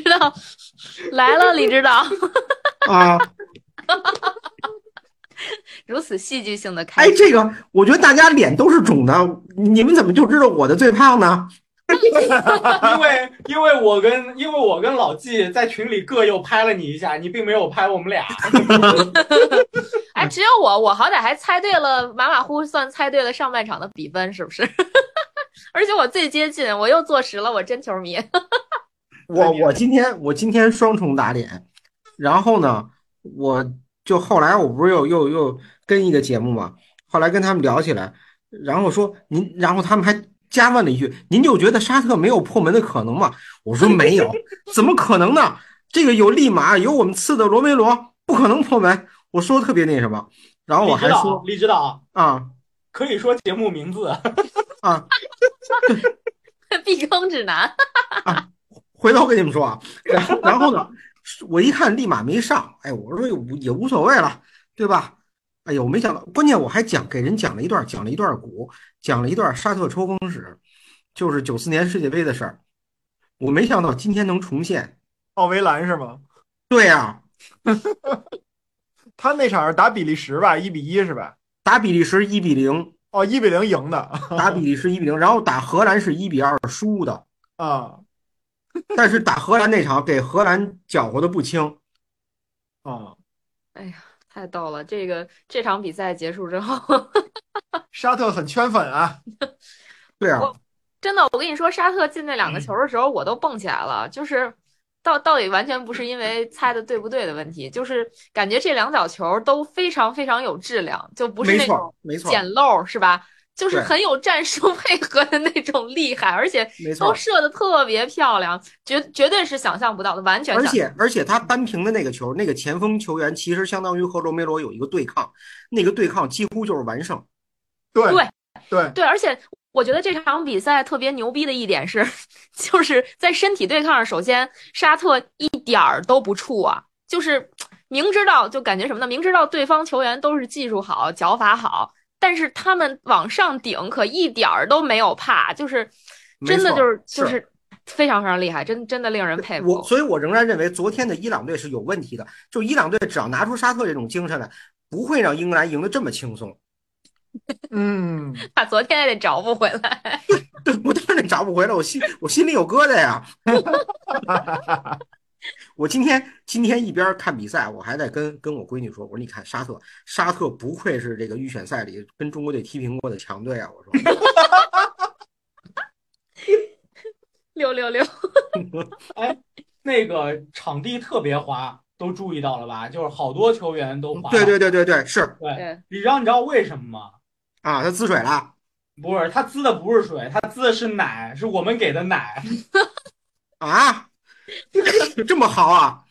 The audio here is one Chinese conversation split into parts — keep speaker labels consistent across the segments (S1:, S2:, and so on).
S1: 道来 了，李指导，
S2: 啊，
S1: 如此戏剧性的开
S2: 哎，
S1: 始。
S2: 这个我觉得大家脸都是肿的，你们怎么就知道我的最胖呢？
S3: 因为因为我跟因为我跟老纪在群里各又拍了你一下，你并没有拍我们俩。
S1: 哎，只有我，我好歹还猜对了，马马虎虎算猜对了上半场的比分，是不 是？而且我最接近，我又坐实了，我真球迷。
S2: 我
S3: 对你
S2: 我今天我今天双重打脸，然后呢，我就后来我不是又又又跟一个节目嘛，后来跟他们聊起来，然后说您，然后他们还加问了一句：“您就觉得沙特没有破门的可能吗？”我说没有，怎么可能呢？这个有利马，有我们次的罗梅罗，不可能破门。我说得特别那什么，然啊后我
S3: 李指
S2: 还
S3: 导
S2: 说，
S3: 李指导
S2: 啊
S3: 可以说节目名字，
S2: 啊，
S1: 避坑指南，
S2: 回头跟你们说啊。然后然后呢，我一看立马没上，哎，我说也无也无所谓了，对吧？哎呦，没想到，关键我还讲给人讲了一段，讲了一段鼓，讲了一段沙特抽风史，就是九四年世界杯的事儿。我没想到今天能重现。
S4: 奥维兰是吗？
S2: 对啊，
S4: 他那场打比利时吧，一比一是吧？
S2: 打比利时一比零，
S4: 哦，一比零赢的
S2: 打比利时一比零，然后打荷兰是一比二输的，
S4: 啊
S2: 但是打荷兰那场给荷兰搅和的不轻。
S4: 啊！
S1: 太逗了！这个这场比赛结束之后，
S4: 沙特很圈粉啊，
S2: 对啊，
S1: 真的，我跟你说，沙特进那两个球的时候，我都蹦起来了，就是到到底完全不是因为猜的对不对的问题，就是感觉这两脚球都非常非常有质量，就不是
S2: 没
S1: 那种
S2: 错，没错，
S1: 捡漏是吧？就是
S2: 对
S1: 很有战术配合的那种厉害，而且
S2: 没错
S1: 都。射的特别漂亮，绝绝对是想象不到的，完全
S2: 而
S1: 想象。
S2: 且而且他扳平的那个球，那个前锋球员其实相当于和罗梅罗有一个对抗，那个对抗几乎就是完胜。
S4: 对
S1: 对
S4: 对
S1: 对，而且我觉得这场比赛特别牛逼的一点是， 就是在身体对抗上，首先沙特一点儿都不怵啊，就是明知道就感觉什么呢？明知道对方球员都是技术好、脚法好，但是他们往上顶可一点儿都没有怕，就是真的
S2: 没错
S1: 就是就是是非常非常厉害，真真的令人佩服
S2: 我。所以，我仍然认为昨天的伊朗队是有问题的。就伊朗队只要拿出沙特这种精神来，不会让英格兰赢得这么轻松。
S4: 嗯，
S1: 怕昨天也得找不回来。
S2: 对我当然找不回来，我心我心里有疙瘩呀。 我今天今天一边看比赛，我还在跟跟我闺女说，我说你看沙特，沙特不愧是这个预选赛里跟中国队踢平过的强队啊！我说。
S1: 六六六，
S3: 那个场地特别滑，都注意到了吧？就是好多球员都滑。
S2: 对对对对对，是
S3: 对，
S1: 对，
S3: 李章，你知道为什么吗？
S2: 啊，他滋水了
S3: 不是，他滋的不是水，他滋的是奶，是我们给的奶。
S2: 啊，这么好啊？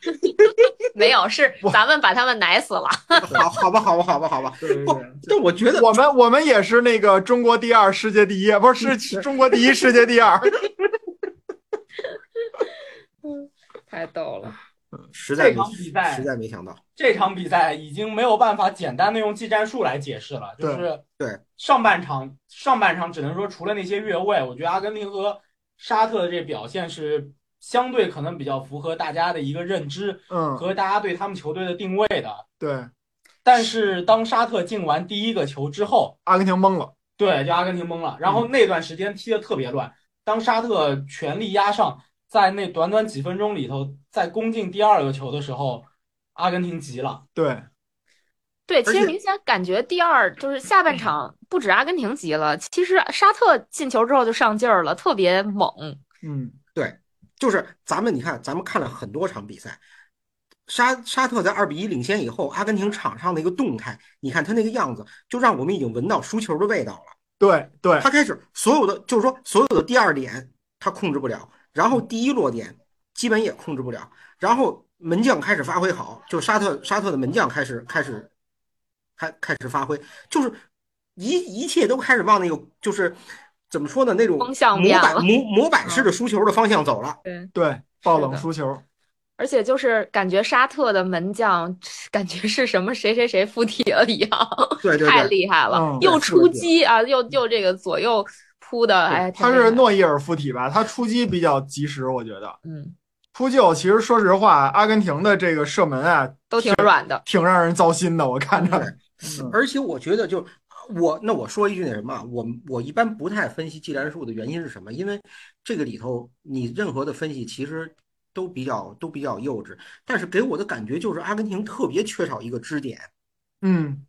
S1: 没有，是
S4: 我
S1: 咱们把他们奶死了。
S2: 好，好吧，好吧，好吧，好吧。
S3: 对对对，
S2: 但我觉得，
S4: 我们我们也是那个中国第二，世界第一，不 是是中国第一，世界第二。
S1: 太逗了，
S2: 实在
S3: 这场
S2: 没
S3: 比赛
S2: 实在没想到，
S3: 这场比赛已经没有办法简单的用技战术来解释了，就
S4: 对
S3: 是
S2: 对
S3: 上半场上半场只能说除了那些越位，我觉得阿根廷和沙特的这表现是相对可能比较符合大家的一个认知
S4: 嗯，
S3: 和大家对他们球队的定位的。
S4: 对，
S3: 但是当沙特进完第一个球之后，
S4: 阿根廷懵了。
S3: 对，就阿根廷懵了。然后那段时间踢得特别乱，当沙特全力压上，在那短短几分钟里头再攻进第二个球的时候，阿根廷急 了。
S4: 对，
S1: 对，其
S2: 而
S1: 实
S2: 且
S1: 明显感觉第二就是下半场不止阿根廷急了，其实沙特进球之后就上劲儿了，特别猛。
S4: 嗯，
S2: 就是咱们你看，咱们看了很多场比赛，沙沙特在二比一领先以后，阿根廷场上的一个动态，你看他那个样子，就让我们已经闻到输球的味道了。
S4: 对对
S2: 他开始所有的就是说所有的第二点他控制不了，然
S1: 嗯
S2: 后第一落点基本也控制不了，然后门将开始发挥好，就沙特沙特的门将开始开始开开始发挥，就是一一切都开始往那个就是怎么说呢那种
S1: 方向
S2: 模
S1: 变了嗯
S2: 板模模板式的输球的方向走了。
S4: 对，爆冷
S1: 是的
S4: 输球。
S1: 而且就是感觉沙特的门将，感觉是什么谁谁谁附体了一样，
S2: 对对
S1: 太
S2: 对，
S1: 厉害了
S4: 嗯，
S1: 又
S2: 对是的
S1: 出击啊，又又这个左右扑的，哎，太
S4: 他
S1: 厉害
S4: 是
S1: 了
S4: 诺伊尔附体吧？他出击比较及时，我觉得。
S1: 嗯，
S4: 扑救其实说实话，阿根廷的这个射门啊，
S1: 都挺软的。
S4: 挺让人糟心的。我看着，
S2: 而且我觉得就我那我说一句那什么啊，我我一般不太分析技战术的原因是什么？因为这个里头你任何的分析其实都比较都比较幼稚，但是给我的感觉就是阿根廷特别缺少一个支点。
S4: 嗯，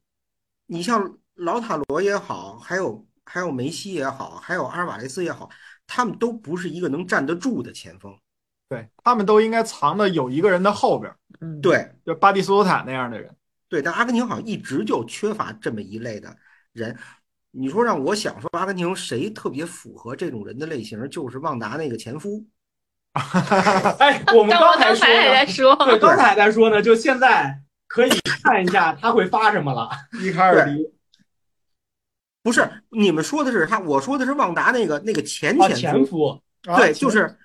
S2: 你像老塔罗也好，还有还有梅西也好，还有阿尔瓦雷斯也好，他们都不是一个能站得住的前锋。
S4: 对他们都应该藏的有一个人的后边，
S1: 嗯，，
S2: 对
S4: 就巴蒂苏斯塔那样的人。
S2: 对，但阿根廷好像一直就缺乏这么一类的人。你说让我想说阿根廷谁特别符合这种人的类型，就是旺达那个前夫。
S3: 哎，我们
S1: 但我
S3: 刚
S1: 刚
S3: 才说
S1: 才也
S3: 呢，
S1: 在说，
S3: 对，刚才还在说呢，就现在可以看一下他会发什么了。伊卡尔迪
S2: 不是，你们说的是他，我说的是旺达那个那个前
S3: 啊，
S2: 前
S3: 前
S2: 夫，
S3: 夫
S4: 啊
S2: 对，就是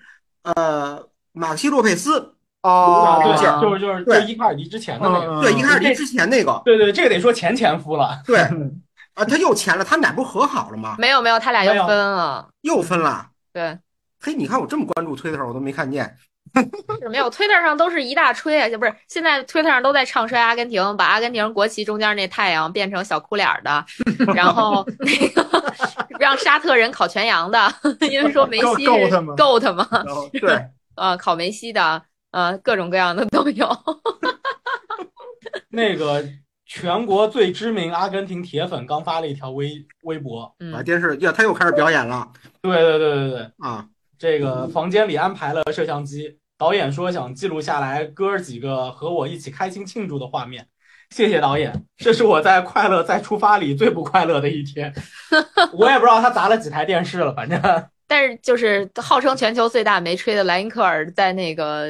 S2: 呃马克西洛佩斯，
S4: 哦，
S2: 对
S3: 啊对，就是就是就
S2: 对
S3: 是伊卡尔迪之前的那个。
S4: 嗯，
S2: 对，一开始
S3: 这
S2: 之前那 个，
S3: 对对，这个得说前前夫了。
S2: 对，
S4: 嗯
S2: 啊，他又签了，他们俩不是和好了吗？
S1: 没有没有，他俩又
S3: 没有
S1: 分了。
S2: 又分了。
S1: 对，
S2: 嘿，你看我这么关注推特，我都没看见。
S1: 是没有，Twitter 上都是一大吹啊，就不是现在 Twitter 上都在唱衰阿根廷，把阿根廷国旗中间那太阳变成小哭脸儿 的，然后那个让沙特人烤全羊的，因为说梅西
S4: 够够
S1: 是
S4: 他吗
S1: 够他吗？
S4: 然后
S2: 对，
S1: 呃，烤梅西的，呃，各种各样的都有。
S3: 那个全国最知名阿根廷铁粉刚发了一条微微博，
S2: 啊，
S1: 嗯，
S2: 电视呀，他又开始表演了
S3: 对对对对对，
S2: 啊！
S3: 这个房间里安排了摄像机，导演说想记录下来哥儿几个和我一起开心庆祝的画面。谢谢导演，这是我在《快乐再出发》里最不快乐的一天。我也不知道他砸了几台电视了，反正
S1: 但是就是号称全球最大没吹的莱因克尔，在那个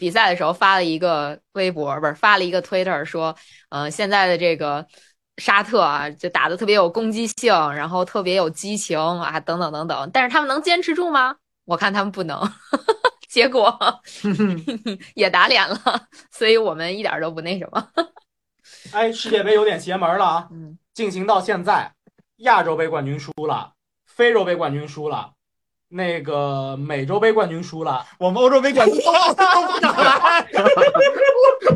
S1: 比赛的时候发了一个微博，不是发了一个 Twitter 说，呃，现在的这个沙特啊，就打得特别有攻击性，然后特别有激情啊，等等等等。但是他们能坚持住吗？我看他们不能， 结果也打脸了，所以我们一点都不那什么。
S3: 哎，世界杯有点邪门了啊！
S1: 嗯，
S3: 进行到现在，亚洲杯冠军输了，非洲杯冠军输了，那个美洲杯冠军输了，
S4: 我们欧洲杯冠军都都不敢 来，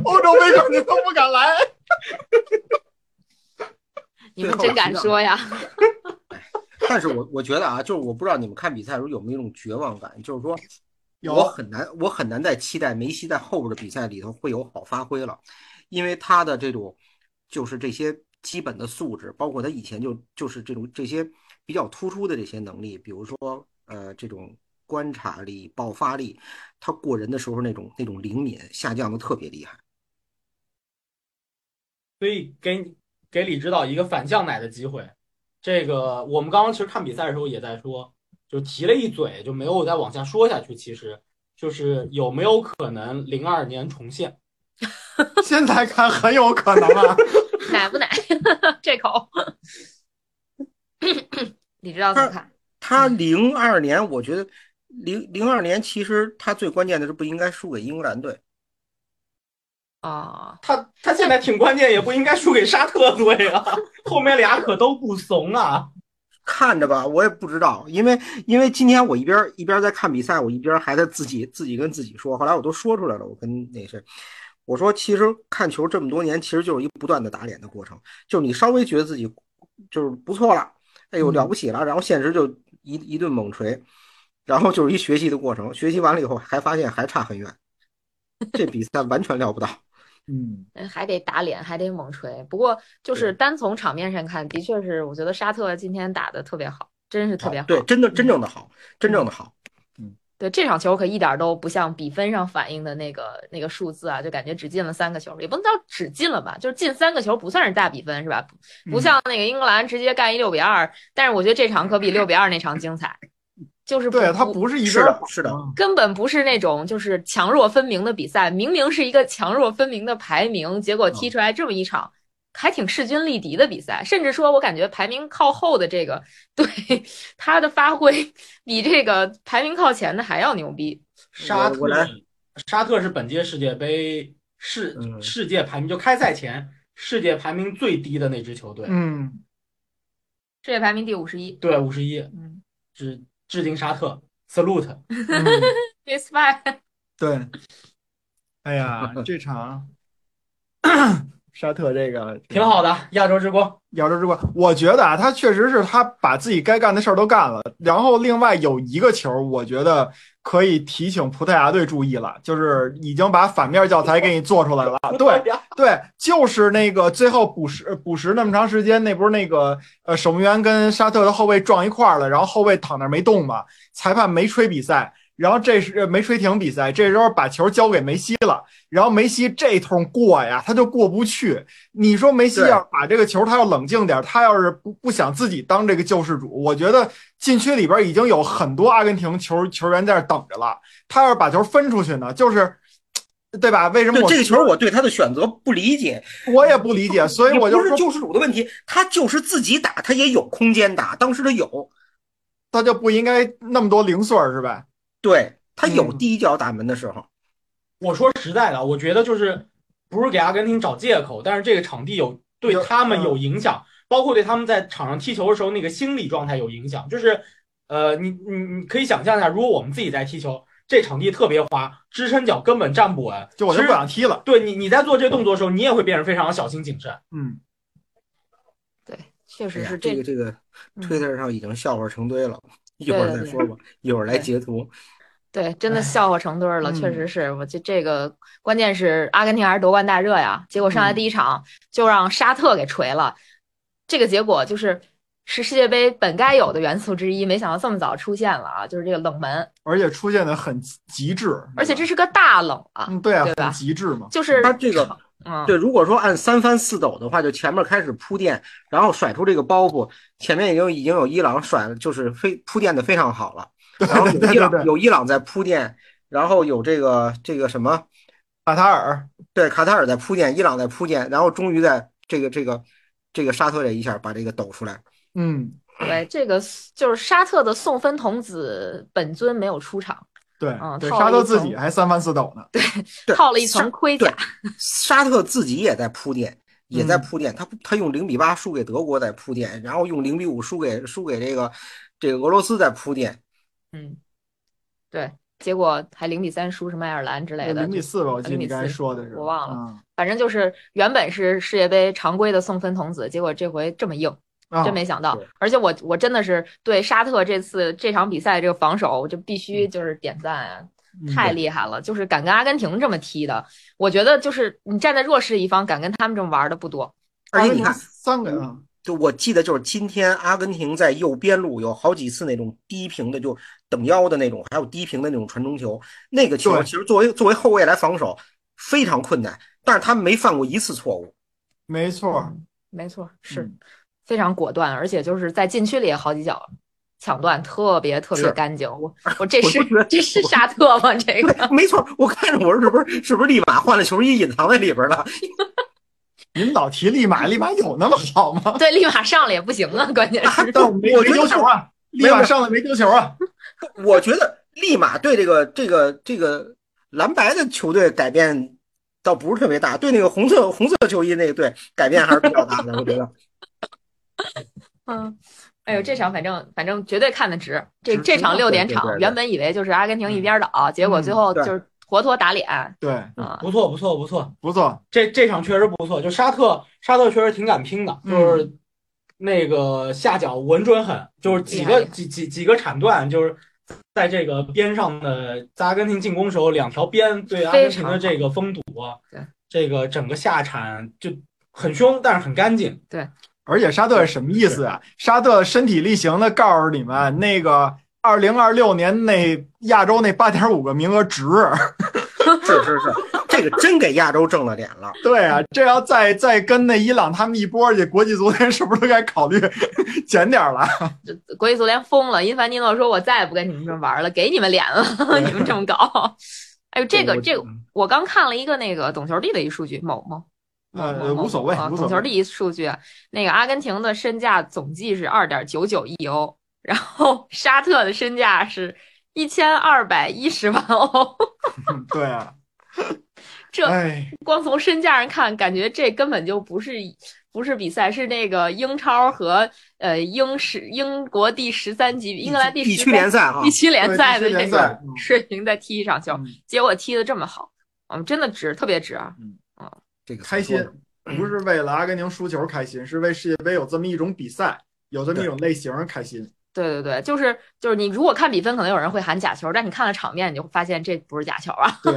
S4: 欧洲杯冠军都不敢来。
S1: 你们真敢说呀？
S2: 但是我我觉得啊，就是我不知道你们看比赛的时候有没有一种绝望感，就是说
S4: 有
S2: 我很难，我很难再期待梅西在后边的比赛里头会有好发挥了，因为他的这种就是这些基本的素质，包括他以前就就是这种这些比较突出的这些能力，比如说呃这种观察力、爆发力，他过人的时候那种那种灵敏下降的特别厉害。
S3: 所以给你给李指导一个反向奶的机会。这个我们刚刚其实看比赛的时候也在说，就提了一嘴，就没有再往下说下去。其实就是有没有可能零二年重现？
S4: 现在看很有可能啊，
S1: 奶不奶？ 这口，你知道怎么看？
S2: 他零二年，我觉得零零二年其实他最关键的是不应该输给英格兰队。
S1: 哦，
S3: 他他现在挺关键，也不应该输给沙特队啊！ 后面俩可都不怂啊！
S2: 看着吧，我也不知道，因为因为今天我一边儿一边儿在看比赛，我一边儿还在自己自己跟自己说，后来我都说出来了，我跟那谁，我说其实看球这么多年，其实就是一不断的打脸的过程，就是你稍微觉得自己就是不错了，哎
S1: 嗯
S2: 呦了不起了，然后现实就一一顿猛锤，然后就是一学习的过程，学习完了以后还发现还差很远，这比赛完全料不到。
S4: 嗯，
S1: 嗯还得打脸，还得猛锤。不过就是单从场面上看，的确是，我觉得沙特今天打的特别好，真是 特别好。
S2: 啊
S1: 嗯
S2: 对，真的真正的好，真正的好。
S1: 对这场球可一点都不像比分上反映的那个那个数字啊，就感觉只进了三个球，也不能叫只进了吧，就是进三个球不算是大比分是吧？不不像那个英格兰直接干一六比二，但是我觉得这场可比六比二那场精彩，就是不
S4: 对他
S1: 不
S4: 不是一
S2: 是
S4: 边
S2: 的
S4: 儿，
S2: 是的，
S1: 根本不是那种就是强弱分明的比赛，明明是一个强弱分明的排名，结果踢出来这么一场还挺势均力敌的比赛，甚至说我感觉排名靠后的这个 对他的发挥比这个排名靠前的还要牛逼。
S3: 沙
S2: 我我来
S3: 特，沙特是本届世界杯世
S2: 嗯
S3: 世界排名就开赛前世界排名最低的那支球队，
S4: 嗯，
S1: 世界排名第五十一，
S3: 对，五十一，
S1: 嗯
S3: 致致敬沙特，salute。
S4: 嗯
S1: ，respect，
S4: 对，哎呀，这场 沙特这个
S3: 挺。好的，亚洲之光。
S4: 亚洲之光，我觉得啊，他确实是他把自己该干的事儿都干了。然后另外有一个球，我觉得可以提醒葡萄牙队注意了，就是已经把反面教材给你做出来了。啊对
S3: 呀，
S4: 对，就是那个最后补时补时那么长时间，那不是那个呃守门员跟沙特的后卫撞一块儿了，然后后卫躺那儿没动嘛，裁判没吹比赛。然后这是呃没吹停比赛，这时候把球交给梅西了，然后梅西这通过呀，他就过不去，你说梅西
S2: 对
S4: 要是把这个球，他要冷静点儿，他要是不不想自己当这个救世主，我觉得禁区里边已经有很多阿根廷球球员在这儿等着了。他要是把球分出去呢，就是，对吧？为什么
S2: 对
S4: 我
S2: 这个球，我对他的选择不理解，
S4: 我也不理解，所以我就
S2: 不是
S4: 说
S2: 救世主的问题，他就是自己打，他也有空间打，当时他有，
S4: 他就不应该那么多零碎儿，是吧？
S2: 对他有
S4: 嗯
S2: 第一脚打门的时候，
S3: 我说实在的，我觉得就是不是给阿根廷找借口，但是这个场地有对
S4: 有嗯
S3: 他们有影响，包括对他们在场上踢球的时候那个心理状态有影响。就是，呃，你你你可以想象一下，如果我们自己在踢球，这场地特别滑，支撑脚根本站不稳。
S4: 就我就
S3: 其
S4: 不
S3: 实
S4: 想踢了。
S3: 对你你在做这动作的时候，你也会变得非常小心谨慎。
S4: 嗯，
S1: 确
S2: 哎
S1: 实
S2: 呀
S1: 是，
S2: 这个
S1: 个。
S2: 这个
S1: 嗯
S2: Twitter 上已经笑话成堆了，一会儿再说吧，一会儿来截图。
S1: 对，真的笑话成堆儿了，
S4: 唉
S1: 确实是。我这这个关键是阿根廷还是夺冠大热呀，结果上来
S4: 嗯
S1: 第一场就让沙特给锤了，这个结果就是是世界杯本该有的元素之一，没想到这么早出现了啊，就是这个冷门，
S4: 而且出现的很极致，
S1: 而且这
S4: 是
S1: 是个大冷啊，
S4: 嗯对啊
S1: 对，吧
S4: 很极致嘛。
S1: 就是
S2: 他这个
S4: 啊
S1: 嗯，
S2: 对，如果说按三翻四抖的话，就前面开始铺垫，然后甩出这个包袱，前面已经已经有伊朗甩了，就是非铺垫的非常好了，然后有
S4: 对
S2: 伊
S4: 对
S2: 朗
S4: 对，
S2: 有伊朗在铺垫，然后有这个这个什么，
S4: 卡塔尔，
S2: 对，卡塔尔在铺垫，伊朗在铺垫，然后终于在这个这个这个沙特这一下把这个抖出来，
S4: 嗯，
S1: 对，这个就是沙特的宋芬童子本尊没有出场，
S4: 对
S1: 嗯
S4: 对，
S1: 套了
S4: 沙
S1: 一
S4: 特自
S1: 层
S4: 己还三番四抖呢。
S2: 对，
S1: 套了一层盔甲
S2: 对，沙特自己也在铺垫，也在
S4: 嗯
S2: 铺垫。他他用零比八输给德国在铺垫，然后用零比五输给输给这个这个俄罗斯在铺垫。
S1: 嗯，对，结果还零比三输什么爱尔兰之类的，
S4: 零比四吧，我记得
S1: 0比
S4: 你刚才
S1: 4
S4: 说的是，
S1: 我忘了
S4: 嗯。
S1: 反正就是原本是世界杯常规的送分童子，结果这回这么硬，
S4: 啊，
S1: 真没想到
S2: 对。
S1: 而且我我真的是对沙特这次这场比赛这个防守，我就必须就是点赞啊，
S4: 嗯
S1: 太厉害了！就是敢跟阿根廷这么踢的，我觉得就是你站在弱势一方，敢跟他们这么玩的不多。
S2: 而且你看，
S4: 三个啊，
S2: 就我记得就是今天阿根廷在右边路有好几次那种低平的，就等腰的那种，还有低平的那种传中球。那个球
S4: 对
S2: 其实作为作为后卫来防守非常困难，但是他们没犯过一次错误。
S4: 没错，
S1: 嗯没错，是
S4: 嗯
S1: 非常果断，而且就是在禁区里也好几脚抢断，特别特别
S2: 是
S1: 干净。我我这
S2: 我
S1: 是
S2: 都觉得
S1: 这是沙特吗？这个
S2: 对， 没错，我看着我说是不是是不是立马换了球衣隐藏在里边了？
S4: 引导题立马立马有那么好吗？
S1: 对，立马上了也不行啊，关键 是。
S4: 但我没
S2: 我
S4: 没
S2: 觉得
S4: 丢球啊，
S2: 没有
S4: 立马上来没丢球啊，
S2: 我觉得利马对这个这个这个蓝白的球队改变倒不是特别大，对那个红色红色球衣那个队改变还是比较大的。我觉得
S1: 嗯，哎呦，这场反正反正绝对看得值。这
S2: 值
S1: 这场
S2: 值
S1: 六点
S2: 对对
S1: 场
S2: 对，对
S1: 原本以为就是阿根廷一边倒，结果最后
S2: 对
S1: 就是活脱打脸
S4: 对，
S1: 啊！
S3: 不错，不错，不错，
S4: 不错，
S3: 这这场确实不错。就沙特，沙特确实挺敢拼的，
S1: 嗯
S3: 就是那个下脚稳准狠，就是几
S1: 厉害
S3: 个
S1: 厉害
S3: 几几几个铲断，就是在这个边上的，在阿根廷进攻时候，两条边对阿根廷的这个封堵啊
S1: 对，
S3: 这个整个下铲就很凶，但是很干净。
S4: 而且沙特是什么意思啊？沙特身体力行的告诉你
S1: 嗯
S4: 们，那个二零二六年那亚洲那八点五个名 额值。
S2: 是是是，这个真给亚洲挣了脸了。
S4: 对啊，这要再再跟那伊朗他们一波，这国际足联是不是都该考虑减点儿了？
S1: 国际足联疯了，因凡尼诺说：“我再也不跟你们这么玩了，给你们脸了， 你们这么搞。”哎呦，这个这个，
S4: 嗯
S1: 我刚看了一个那个懂球帝的一数据，某某
S4: 呃，
S1: 某
S4: 无所谓
S1: 啊，
S4: 无所
S1: 懂球
S4: 谓。
S1: 帝一数据，那个阿根廷的身价总计是二点九九亿欧，然后 沙特的身价是一千二百一十万欧。
S4: 嗯 对啊，
S1: 这
S4: 哎，
S1: 光从身价上看，感觉这根本就不是不是比赛，是那个英超和呃英十英国第十三级英格兰第
S2: 地
S1: 十
S2: 区联赛啊
S1: 第，七联赛的
S4: 对地区
S1: 这
S4: 联
S1: 个
S4: 赛嗯
S1: 水平在踢一场球，
S4: 嗯
S1: 结果踢得这么好，嗯，真的值，特别值啊！
S2: 这个
S4: 开心，不是为了阿根廷输球开心，是为世界杯有这么一种比赛，有这么一种类型开心。
S1: 对对对，就是就是你如果看比分，可能有人会喊假球，但你看了场面，你就会发现这不是假球啊。
S4: 对，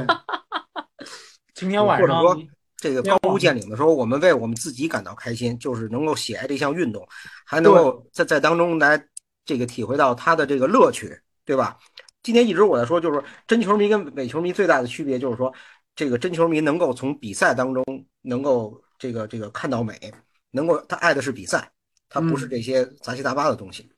S3: 今天晚上
S2: 或者这个高屋建瓴的时候，我们为我们自己感到开心，就是能够喜爱这项运动，还能够在在当中来这个体会到它的这个乐趣，对吧？今天一直我在说，就是说真球迷跟伪球迷最大的区别就是说，这个真球迷能够从比赛当中能够这个这个看到美，能够他爱的是比赛，他不是这些杂七杂八的东西。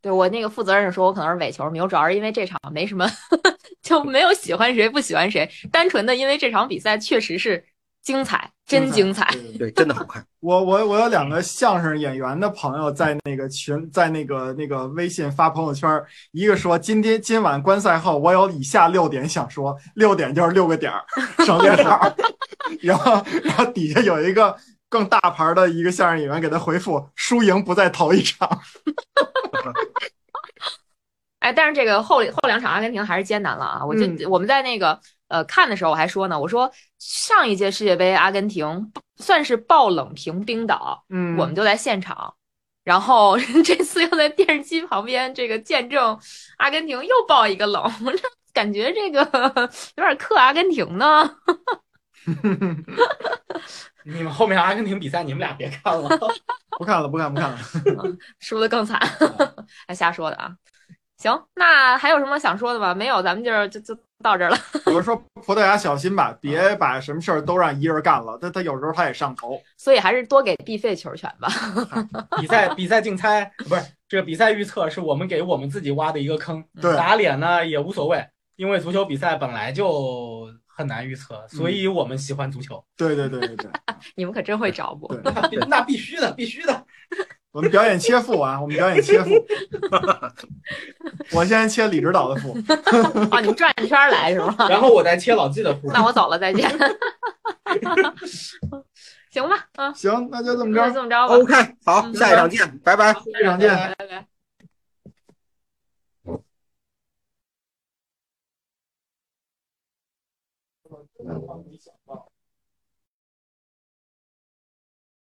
S1: 对我那个负责任的说，我可能是伪球迷，我主要是因为这场没什么， 就没有喜欢谁不喜欢谁，单纯的因为这场比赛确实是精彩， 真精彩。
S4: 对
S2: 对，真的好看。
S4: 我我我有两个相声演员的朋友在那个群，在那个那个微信发朋友圈儿，一个说今天今晚观赛后，我有以下六点想说，六点就是六个点儿，省略号儿。然后然后底下有一个更大牌儿的一个相声演员给他回复，输赢不在头一场。
S1: 哎，但是这个后后两场阿根廷还是艰难了啊！我就、我们在那个呃看的时候，我还说呢，我说上一届世界杯阿根廷算是爆冷平冰岛，
S4: 嗯
S1: 我们就在现场，然后 这次又在电视机旁边这个见证阿根廷又爆一个冷， 我这感觉这个 有点克阿根廷呢。
S3: 你们后面阿根廷比赛你们俩别看 了，
S4: 不看了，不看，不看了。
S1: 输的 更惨，还瞎说的啊。行，那还有什么想说的吗？没有，咱们就就就到这儿了。
S4: 我说葡萄牙小心吧，别把什么事儿都让一人干了，他他有时候他也上头。
S1: 所以还是多给 B 费球权吧。
S3: 比赛比赛竞猜不是这个比赛预测是我们给我们自己挖的一个坑，
S4: 对
S3: 打脸呢也无所谓，因为足球比赛本来就很难预测，所以我们喜欢足球，
S4: 对对对对对，
S1: 你们可真会找补。
S4: 对
S3: 那必那必须的，必须的。
S4: 我们表演切腹啊，我们表演切腹。 我先切李指导的腹。
S1: 哦，你们转一圈儿来是吗？
S3: 然后我再切老纪的图，
S1: 那我走了，再 见。 行吧，嗯，
S4: 行，那就这么
S1: 那就
S4: 着，
S1: 这么着吧，
S2: OK，好，下一场见，拜拜。
S4: 非常见。
S1: 拜拜。
S3: 嗯